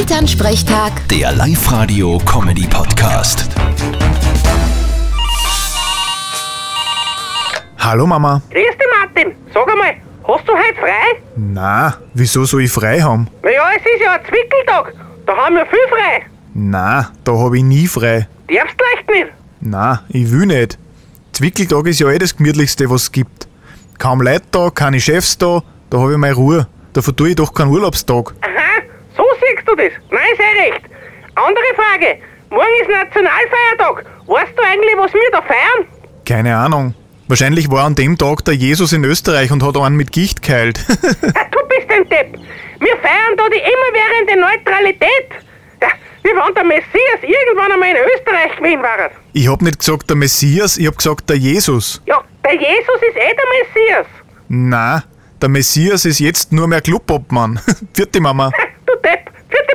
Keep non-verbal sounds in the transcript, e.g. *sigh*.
Elternsprechtag, Der Live-Radio-Comedy-Podcast. Hallo Mama. Grüß dich, Martin. Sag einmal, hast du heute frei? Na, wieso soll ich frei haben? Naja, es ist ja ein Zwickeltag. Da haben wir viel frei. Na, da hab ich nie frei. Darfst leicht nicht. Na, ich will nicht. Zwickeltag ist ja eh das gemütlichste, was es gibt. Kaum Leute da, keine Chefs da, da hab ich meine Ruhe. Da vertue ich doch keinen Urlaubstag. Aha, so siehst du das. Nein, sei recht. Andere Frage. Morgen ist Nationalfeiertag. Weißt du eigentlich, was wir da feiern? Keine Ahnung. Wahrscheinlich war an dem Tag der Jesus in Österreich und hat einen mit Gicht geheilt. *laughs* Ah, du bist ein Depp. Wir feiern da die immerwährende Neutralität. Ja, wie wenn der Messias irgendwann einmal in Österreich gewesen war. ich hab nicht gesagt der Messias, ich hab gesagt der Jesus. Ja, der Jesus ist eh der Messias. Na, der Messias ist jetzt nur mehr Clubobmann. *laughs* Vierte Mama. Ha, Du Depp. Vierte